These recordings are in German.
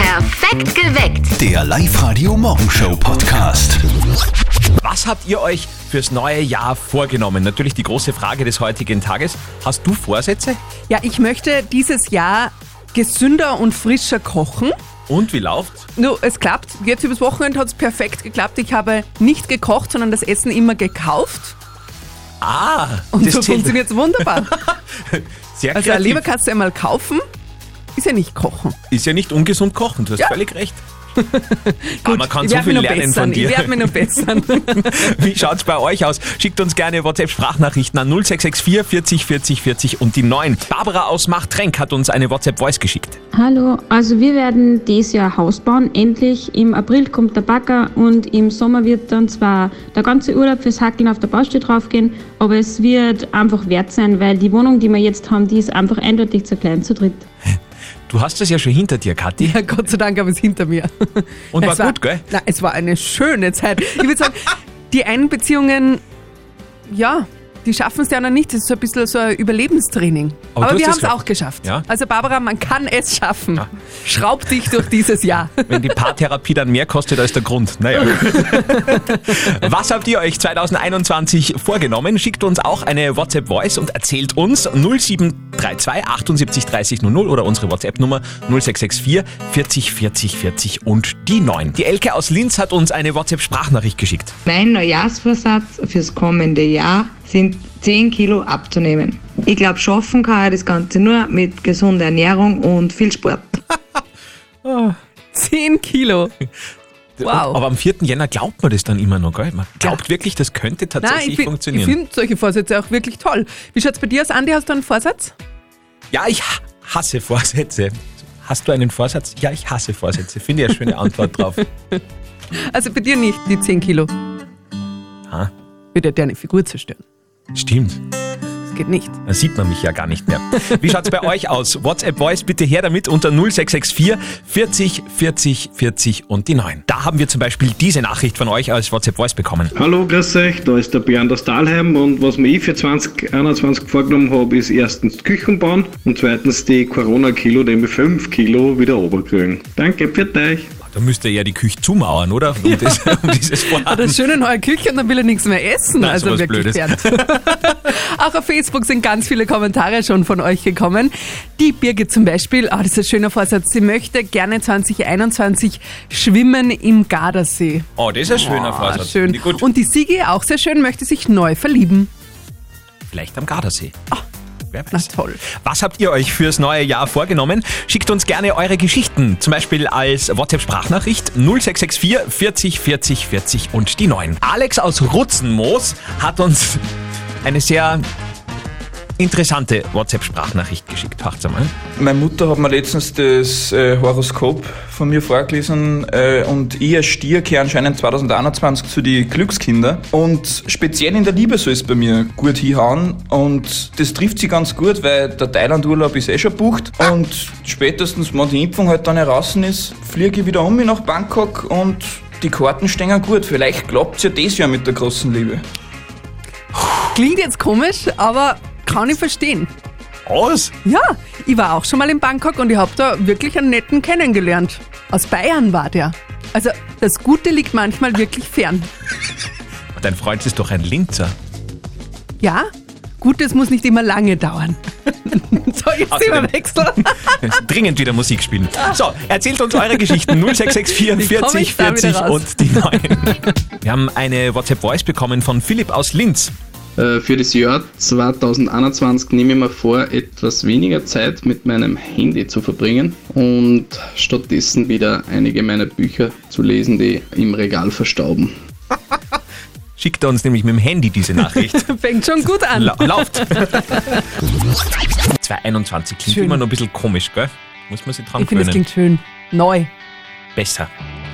Perfekt geweckt. Der Live-Radio Morgenshow Podcast. Was habt ihr euch fürs neue Jahr vorgenommen? Natürlich die große Frage des heutigen Tages. Hast du Vorsätze? Ja, ich möchte dieses Jahr gesünder und frischer kochen. Und wie läuft's? No, es klappt. Jetzt übers Wochenende hat es perfekt geklappt. Ich habe nicht gekocht, sondern das Essen immer gekauft. Ah, Und das so zählt. funktioniert es wunderbar. Sehr Also kreativ. Ah, lieber kannst du einmal kaufen, ist ja nicht kochen. Ist ja nicht ungesund kochen, du hast Ja. völlig recht. Aber man kann ich so werd viel mich noch lernen bessern. von dir. Ich werde mich noch bessern. Wie schaut's bei euch aus? Schickt uns gerne WhatsApp-Sprachnachrichten an 0664 40 40 40 und die 9. Barbara aus Machtrenk hat uns eine WhatsApp-Voice geschickt. Hallo, also wir werden dieses Jahr Haus bauen. Endlich im April kommt der Bagger und im Sommer wird dann zwar der ganze Urlaub fürs Hackeln auf der Baustelle draufgehen, aber es wird einfach wert sein, weil die Wohnung, die wir jetzt haben, die ist einfach eindeutig zu klein zu dritt. Du hast das ja schon hinter dir, Kathi. Ja, Gott sei Dank habe ich es hinter mir. Und Es war gut, gell? Na, es war eine schöne Zeit. Ich würde sagen, die einen Beziehungen, ja, die schaffen es ja noch nicht. Das ist so ein bisschen so ein Überlebenstraining. Aber Aber, du hast wir es haben geschafft. es auch geschafft. Ja. Ah. Also Barbara, man kann es schaffen. Ja. Schraub dich durch dieses Jahr. Wenn die Paartherapie dann mehr kostet als der Grund. Naja. Was habt ihr euch 2021 vorgenommen? Schickt uns auch eine WhatsApp-Voice und erzählt uns 0732 78 30 00 oder unsere WhatsApp-Nummer 0664 40 40 40 und die 9. Die Elke aus Linz hat uns eine WhatsApp-Sprachnachricht geschickt. Mein Neujahrsvorsatz fürs kommende Jahr sind 10 Kilo abzunehmen. Ich glaube, schaffen kann ich das Ganze nur mit gesunder Ernährung und viel Sport. Zehn Kilo. Wow. Aber am 4. Jänner glaubt man das dann immer noch, gell? Man glaubt wirklich, das könnte Nein, tatsächlich ich, bin- ich funktionieren. finde solche Vorsätze auch wirklich toll. Wie schaut es bei dir aus, Andi? Hast du einen Vorsatz? Ja, ich ha- hasse Vorsätze. Hast du einen Vorsatz? Ja, ich hasse Vorsätze. Finde ich eine schöne Antwort drauf. Also bei dir nicht, die 10 Kilo. Ah, Wird ja deine Figur zerstören. stimmt. Das geht nicht. Da sieht man mich ja gar nicht mehr. Wie schaut's bei euch aus? WhatsApp Voice bitte her damit unter 0664 40 40 40 und die 9. Da haben wir zum Beispiel diese Nachricht von euch als WhatsApp Voice bekommen. Hallo, grüß euch, da ist der Bernd aus Dahlheim und was mir ich für 2021 vorgenommen habe, ist erstens die Küchen bauen und zweitens die Corona-Kilo, nämlich 5 Kilo, wieder runterkriegen. Danke, für euch. Da müsst ihr ja die Küche zumauern, oder? Um, das, um dieses Hat er Vorhaben. schön in eurer Küche und dann will er nichts mehr essen. Nein, also sowas wirklich Blödes. Bernd. Auch auf Facebook sind ganz viele Kommentare schon von euch gekommen. Die Birgit zum Beispiel, ah, das ist ein schöner Vorsatz, sie möchte gerne 2021 schwimmen im Gardasee. Oh, das ist ein schöner Ah, Vorsatz. schön. Finde ich Gut. Und die Sigi, auch sehr schön, möchte sich neu verlieben. Vielleicht am Gardasee. Wer Na weiß. toll. Was habt ihr euch fürs neue Jahr vorgenommen? Schickt uns gerne eure Geschichten, zum Beispiel als WhatsApp-Sprachnachricht 0664 40 40 40 und die 9. Alex aus Rutzenmoos hat uns eine sehr interessante WhatsApp-Sprachnachricht geschickt. Macht's einmal. Meine Mutter hat mir letztens das äh, Horoskop von mir vorgelesen äh, und ich als Stier gehöre anscheinend 2021 zu den Glückskinder. Und speziell in der Liebe soll es bei mir gut hinhauen und das trifft sie ganz gut, weil der Thailand-Urlaub ist eh schon bucht und spätestens, wenn die Impfung halt dann heraus ist, fliege ich wieder um mich nach Bangkok und die Karten stehen gut. Vielleicht klappt es ja das Jahr mit der großen Liebe. Klingt jetzt komisch, aber kann ich verstehen. Aus? Ja, ich war auch schon mal in Bangkok und ich habe da wirklich einen netten kennengelernt. Aus Bayern war der. Also das Gute liegt manchmal wirklich fern. Dein Freund ist doch ein Linzer. Ja, Gutes muss nicht immer lange dauern. so, jetzt Außerdem- Themawechsel. Dringend wieder Musik spielen. So, erzählt uns eure Geschichten 0664 Ah. Wie komm 40 ich da wieder 40 raus? und die 9. Wir haben eine WhatsApp-Voice bekommen von Philipp aus Linz. Äh, Für das Jahr 2021 nehme ich mir vor, etwas weniger Zeit mit meinem Handy zu verbringen und stattdessen wieder einige meiner Bücher zu lesen, die im Regal verstauben. Schickt er uns nämlich mit dem Handy diese Nachricht. Fängt schon gut an. La lauft! 221 klingt Schön. immer noch ein bisschen komisch, gell? Muss man sich dran Ich finde, es gewöhnen. klingt schön. Neu. Besser.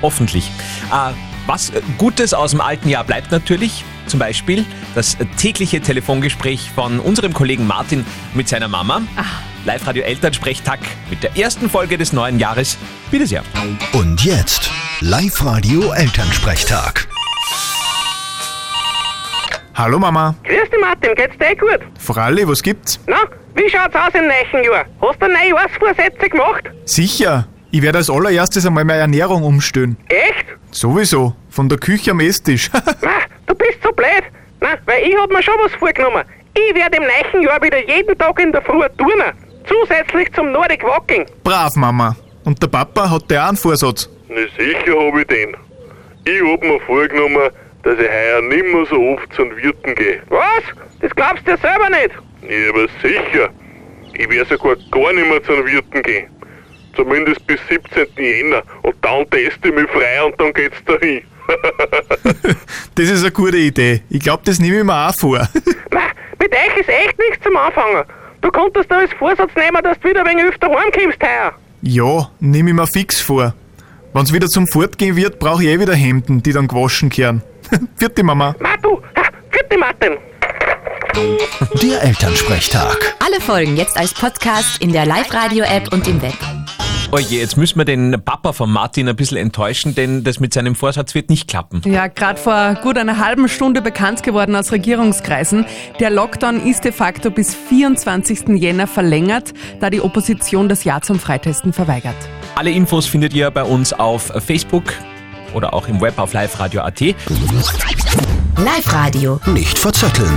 Hoffentlich. Äh, was äh, Gutes aus dem alten Jahr bleibt natürlich, zum Beispiel das äh, tägliche Telefongespräch von unserem Kollegen Martin mit seiner Mama. Live-Radio Elternsprechtag mit der ersten Folge des neuen Jahres. Bitte sehr. Und jetzt Live-Radio Elternsprechtag. Hallo Mama. Grüß dich, Martin, geht's dir gut? Fralli, was gibt's? Na, wie schaut's aus im nächsten Jahr? Hast du Neujahrsvorsätze gemacht? Sicher. Ich werde als allererstes einmal meine Ernährung umstellen. Echt? Sowieso. Von der Küche am Esstisch. Na, du bist so blöd. Na, weil ich hab mir schon was vorgenommen. Ich werde im nächsten Jahr wieder jeden Tag in der Früh turnen. Zusätzlich zum Nordic Walking. Brav, Mama. Und der Papa hat der auch einen Vorsatz. Na sicher hab ich den. Ich hab mir vorgenommen, dass ich heuer nimmer so oft zum Wirten gehe. Was? Das glaubst du dir selber nicht. Ja, aber sicher. Ich werde sogar gar nimmer zum Wirten gehen. Zumindest bis 17. Jänner. Und dann teste ich mich frei und dann geht's dahin. Das ist eine gute Idee. Ich glaube, das nehme ich mir auch vor. Na, mit euch ist echt nichts zum Anfangen. Du konntest da als Vorsatz nehmen, dass du wieder wegen öfter heimkommst heuer. ja, nehme ich mir fix vor. Wenn's wieder zum Fortgehen wird, brauche ich eh wieder Hemden, die dann gewaschen kehren. Vierte Mama. Na du, ha, vierte Martin. Der Elternsprechtag. Alle Folgen jetzt als Podcast in der Live-Radio-App und im Web. Oje, jetzt müssen wir den Papa von Martin ein bisschen enttäuschen, denn das mit seinem Vorsatz wird nicht klappen. Ja, gerade vor gut einer halben Stunde bekannt geworden aus Regierungskreisen. Der Lockdown ist de facto bis 24. Jänner verlängert, da die Opposition das Ja zum Freitesten verweigert. Alle Infos findet ihr bei uns auf Facebook oder auch im Web auf liveradio.at. Live-Radio. Nicht verzetteln.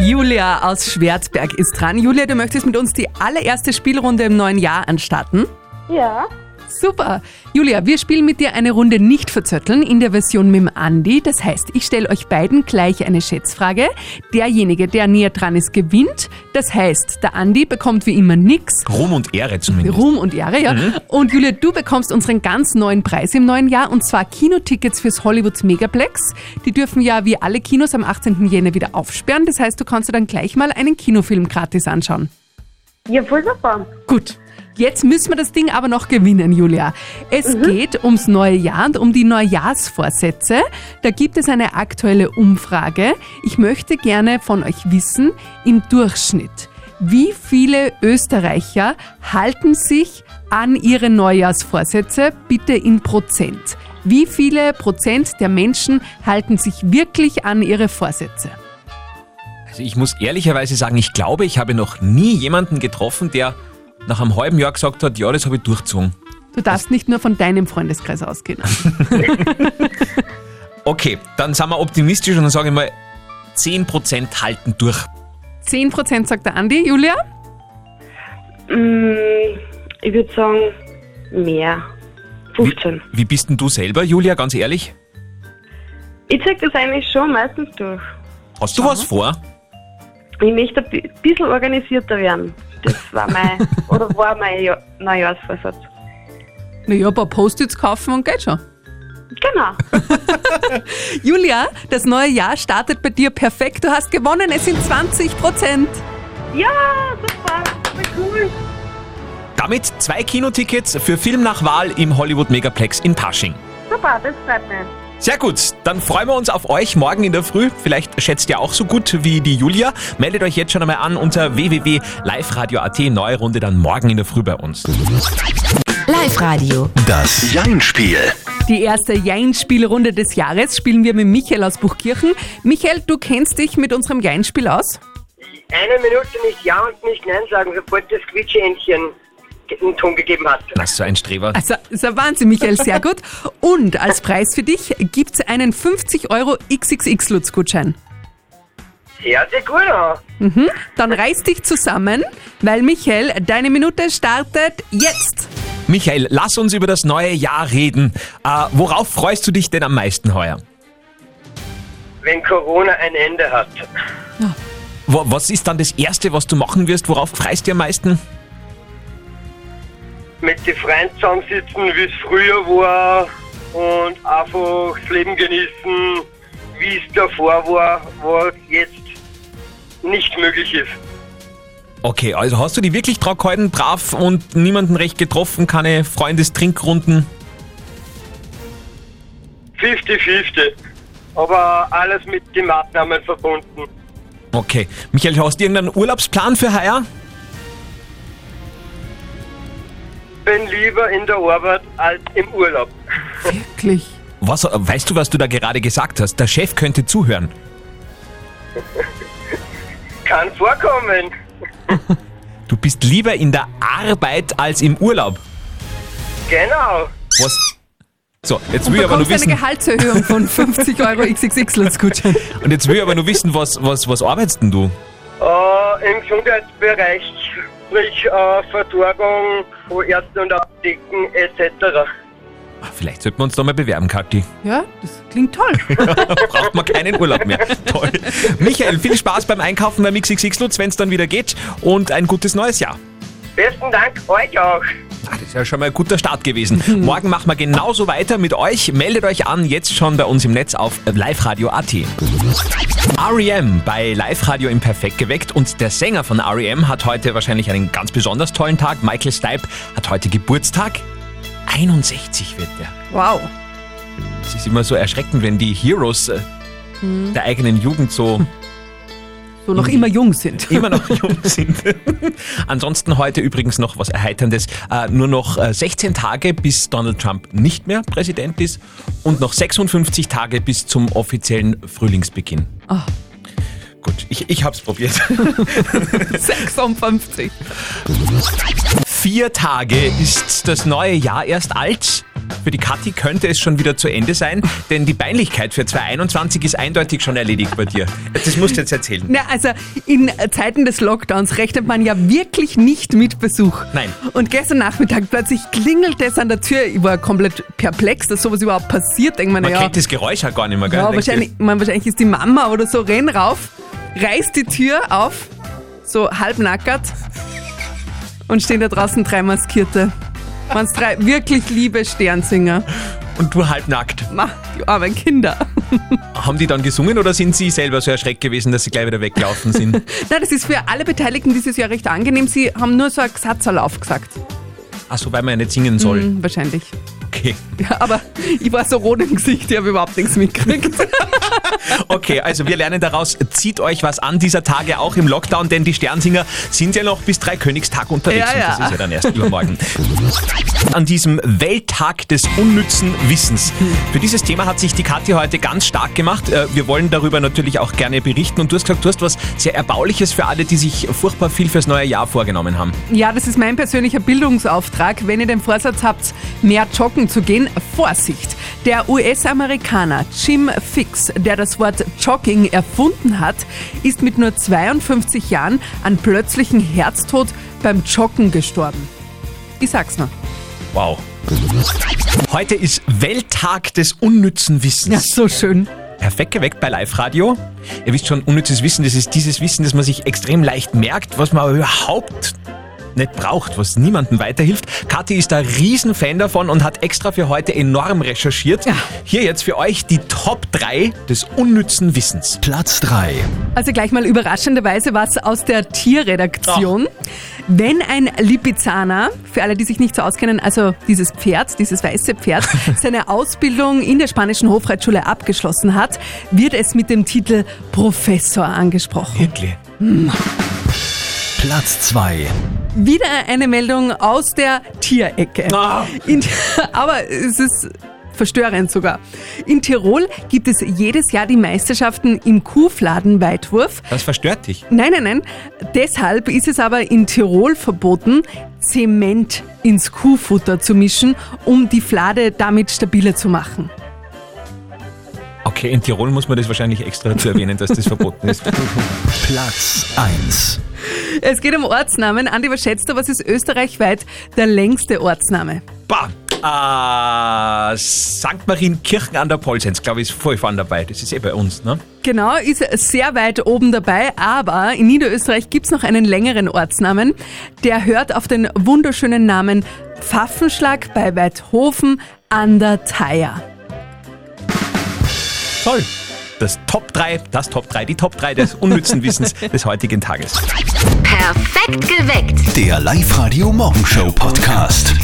Julia aus Schwerzberg ist dran. Julia, du möchtest mit uns die allererste Spielrunde im neuen Jahr anstarten? Ja, Super. Julia, wir spielen mit dir eine Runde nicht verzötteln in der Version mit dem Andi. Das heißt, ich stelle euch beiden gleich eine Schätzfrage. Derjenige, der näher dran ist, gewinnt. Das heißt, der Andi bekommt wie immer nichts. Ruhm und Ehre zumindest. Ruhm und Ehre, ja. Und Julia, du bekommst unseren ganz neuen Preis im neuen Jahr und zwar Kinotickets fürs Hollywood Megaplex. Die dürfen ja wie alle Kinos am 18. Jänner wieder aufsperren. Das heißt, du kannst dir dann gleich mal einen Kinofilm gratis anschauen. ja, voll super. Gut. Jetzt müssen wir das Ding aber noch gewinnen, Julia. Es geht ums neue Jahr und um die Neujahrsvorsätze. Da gibt es eine aktuelle Umfrage. Ich möchte gerne von euch wissen, im Durchschnitt, wie viele Österreicher halten sich an ihre Neujahrsvorsätze, bitte in Prozent? Wie viele Prozent der Menschen halten sich wirklich an ihre Vorsätze? Also ich muss ehrlicherweise sagen, ich glaube, ich habe noch nie jemanden getroffen, der nach einem halben Jahr gesagt hat, ja, das habe ich durchgezogen. Du darfst nicht nur von deinem Freundeskreis ausgehen. Okay, dann sind wir optimistisch und dann sage ich mal, 10% halten durch. 10% sagt der Andi, Julia? Mm, ich würde sagen, mehr. 15. Wie bist denn du selber, Julia, ganz ehrlich? Ich zeige das eigentlich schon meistens durch. Hast du was vor? Ich möchte ein bi- bisschen organisierter werden. Das war mein, oder war mein ja Neujahrsvorsatz. Naja, ein paar Post-its kaufen und geht schon. Genau. Julia, das neue Jahr startet bei dir perfekt. Du hast gewonnen, es sind 20 Prozent. Ja, super. Voll cool. Damit zwei Kinotickets für Film nach Wahl im Hollywood Megaplex in Pasching. Super, das freut mich. Sehr gut, dann freuen wir uns auf euch morgen in der Früh. Vielleicht schätzt ihr auch so gut wie die Julia. Meldet euch jetzt schon einmal an unter www.liveradio.at. Neue Runde dann morgen in der Früh bei uns. Live-Radio. Das Jein-Spiel. Die erste Jein-Spielrunde des Jahres spielen wir mit Michael aus Buchkirchen. Michael, du kennst dich mit unserem Jein-Spiel aus? Eine Minute nicht Ja und nicht Nein sagen, sobald das Quietscheentchen einen Ton gegeben hat. Das ist so ein Streber. Also, ist ein Wahnsinn, Michael, sehr gut. Und als Preis für dich gibt's einen 50 Euro XXX-Lutz-Gutschein. Sehr, sehr gut. ja. Dann reiß dich zusammen, weil Michael, deine Minute startet jetzt. Michael, lass uns über das neue Jahr reden. Äh, worauf freust du dich denn am meisten heuer? Wenn Corona ein Ende hat. Wo, was ist dann das Erste, was du machen wirst? Worauf freust du dich am meisten? Mit den Freunden zusammensitzen, wie es früher war. Und einfach das Leben genießen, wie es davor war, was jetzt nicht möglich ist. Okay, also hast du die wirklich drauf gehalten, brav und niemanden recht getroffen, keine Freundestrinkrunden? 50-50. Aber alles mit den Maßnahmen verbunden. Okay. Michael, hast du irgendeinen Urlaubsplan für heuer? Bin lieber in der Arbeit als im Urlaub. Wirklich? Was, äh, weißt du, was du da gerade gesagt hast? Der Chef könnte zuhören. Kann vorkommen. Du bist lieber in der Arbeit als im Urlaub. Genau. Was? So, jetzt Und will ich aber nur bekommst eine wissen. Gehaltserhöhung von 50 Euro XXX-Gutschein. Und jetzt will ich aber nur wissen, was, was, was arbeitest denn du? Äh, Im Gesundheitsbereich, sprich äh, Versorgung von Ärzten und Apotheken etc. Ah, Vielleicht sollten wir uns da mal bewerben, Kathi. Ja, das klingt toll. Braucht man keinen Urlaub mehr. Toll. Michael, viel Spaß beim Einkaufen beim XXX Lutz, wenn es dann wieder geht. Und ein gutes neues Jahr. Besten Dank euch auch. Ah, Das ist ja schon mal ein guter Start gewesen. Morgen machen wir genauso weiter mit euch. Meldet euch an, jetzt schon bei uns im Netz auf liveradio.at. REM E bei Live Radio im Perfekt geweckt und der Sänger von REM hat heute wahrscheinlich einen ganz besonders tollen Tag. Michael Stipe hat heute Geburtstag. 61 wird er. Wow. Es ist immer so erschreckend, wenn die Heroes äh, Hm. der eigenen Jugend so So Mhm. noch immer jung sind. immer noch jung sind. Ansonsten heute übrigens noch was Erheiterndes. Äh, nur noch äh, 16 Tage, bis Donald Trump nicht mehr Präsident ist und noch 56 Tage bis zum offiziellen Frühlingsbeginn. Ah. Gut, ich, ich hab's probiert. 56. Vier Tage ist das neue Jahr erst alt. Für die Kathi könnte es schon wieder zu Ende sein, denn die Peinlichkeit für 2021 ist eindeutig schon erledigt bei dir. Das musst du jetzt erzählen. Na, also in Zeiten des Lockdowns rechnet man ja wirklich nicht mit Besuch. Nein. Und gestern Nachmittag plötzlich klingelt es an der Tür. Ich war komplett perplex, dass sowas überhaupt passiert. Denkt man, Man ja, kennt das Geräusch auch gar nicht mehr, gell? ja Denkt wahrscheinlich, man, wahrscheinlich ist die Mama oder so. Renn rauf, reißt die Tür auf, so halbnackert und stehen da draußen drei Maskierte. Waren's drei wirklich liebe Sternsinger. Und du halbnackt. Ma, die armen Kinder. Haben die dann gesungen oder sind sie selber so erschreckt gewesen, dass sie gleich wieder weggelaufen sind? Na, das ist für alle Beteiligten dieses Jahr recht angenehm. Sie haben nur so einen Gesatzerl aufgesagt. Achso, weil man ja nicht singen soll. Mhm, wahrscheinlich. Okay. Ja, aber ich war so rot im Gesicht, ich habe überhaupt nichts mitgekriegt. okay, also wir lernen daraus, zieht euch was an dieser Tage auch im Lockdown, denn die Sternsinger sind ja noch bis drei Königstag unterwegs Ja, und das ja. ist ja dann erst übermorgen. An diesem Welttag des unnützen Wissens. Für dieses Thema hat sich die Kathi heute ganz stark gemacht. Äh, Wir wollen darüber natürlich auch gerne berichten und du hast gesagt, du hast was sehr Erbauliches für alle, die sich furchtbar viel fürs neue Jahr vorgenommen haben. Ja, das ist mein persönlicher Bildungsauftrag. Wenn ihr den Vorsatz habt, mehr joggen zu gehen, Vorsicht! Der US-Amerikaner Jim Fix, der das Wort Jogging erfunden hat, ist mit nur 52 Jahren an plötzlichem Herztod beim Joggen gestorben. Ich sag's nur. Wow. Heute ist Welttag des unnützen Wissens. Ja, so schön. Perfekt geweckt bei Live Radio. Ihr wisst schon, unnützes Wissen, das ist dieses Wissen, das man sich extrem leicht merkt, was man aber überhaupt nicht braucht, was niemandem weiterhilft. Kathi ist da Riesenfan davon und hat extra für heute enorm recherchiert. Hier jetzt für euch die Top 3 des unnützen Wissens. Platz 3. Also gleich mal überraschenderweise was aus der Tierredaktion. Wenn ein Lipizzaner, für alle, die sich nicht so auskennen, also dieses Pferd, dieses weiße Pferd, seine Ausbildung in der spanischen Hofreitschule abgeschlossen hat, wird es mit dem Titel Professor angesprochen. Wirklich? Platz 2. Wieder eine Meldung aus der Tierecke. In, aber es ist verstörend sogar. In Tirol gibt es jedes Jahr die Meisterschaften im Kuhfladenweitwurf. Das verstört dich. Nein, nein, nein. Deshalb ist es aber in Tirol verboten, Zement ins Kuhfutter zu mischen, um die Flade damit stabiler zu machen. Okay, in Tirol muss man das wahrscheinlich extra dazu erwähnen, dass das verboten ist. Platz 1. Es geht um Ortsnamen. Andi, was schätzt du, was ist österreichweit der längste Ortsname? Bah! Äh, St. Marienkirchen an der Polsenz, glaube ich, ist voll vorn dabei. Das ist eh bei uns, ne? Genau, ist sehr weit oben dabei, aber in Niederösterreich gibt es noch einen längeren Ortsnamen. Der hört auf den wunderschönen Namen Pfaffenschlag bei Weidhofen an der Theier. Toll. Das Top 3, das Top 3, die Top 3 des unnützen Wissens des heutigen Tages. Perfekt geweckt. Der Live-Radio Morgenshow Podcast.